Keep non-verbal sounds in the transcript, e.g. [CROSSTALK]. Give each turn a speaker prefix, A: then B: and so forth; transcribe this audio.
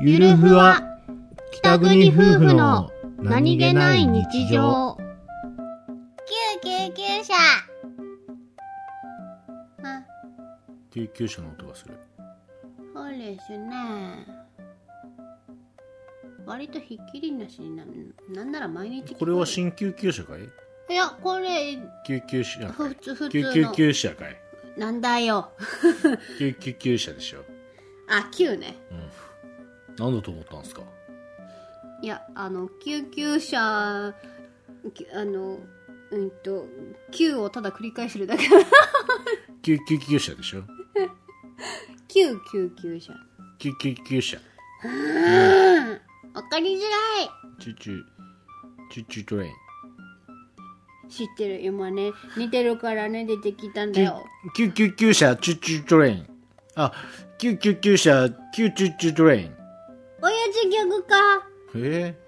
A: ゆるふわ北国夫婦の何気ない日常
B: 救急救車あ
C: 救急車の音がする
B: そうですね割とひっきりなしになるなんなら毎日聞こえる
C: これは新救急車かい
B: いやこれ
C: 救急車か
B: 普
C: い
B: 通普通
C: 救
B: の
C: 急救車かい
B: なんだよ
C: 救急救車でしょ
B: あ救ね
C: 何だと思ったんですか
B: いやあの救急車きあのうんと救をただ繰り返してるだけ [LAUGHS]
C: 救急救車でしょ
B: 救救急車
C: 救急救車
B: うんわかりづらい
C: チュチュチュチュトレイン
B: 知ってる今ね似てるからね出てきたんだよ
C: 救急救車チュチュトレインあ救急救車救急チュトレイン
B: 親父ギャグか
C: え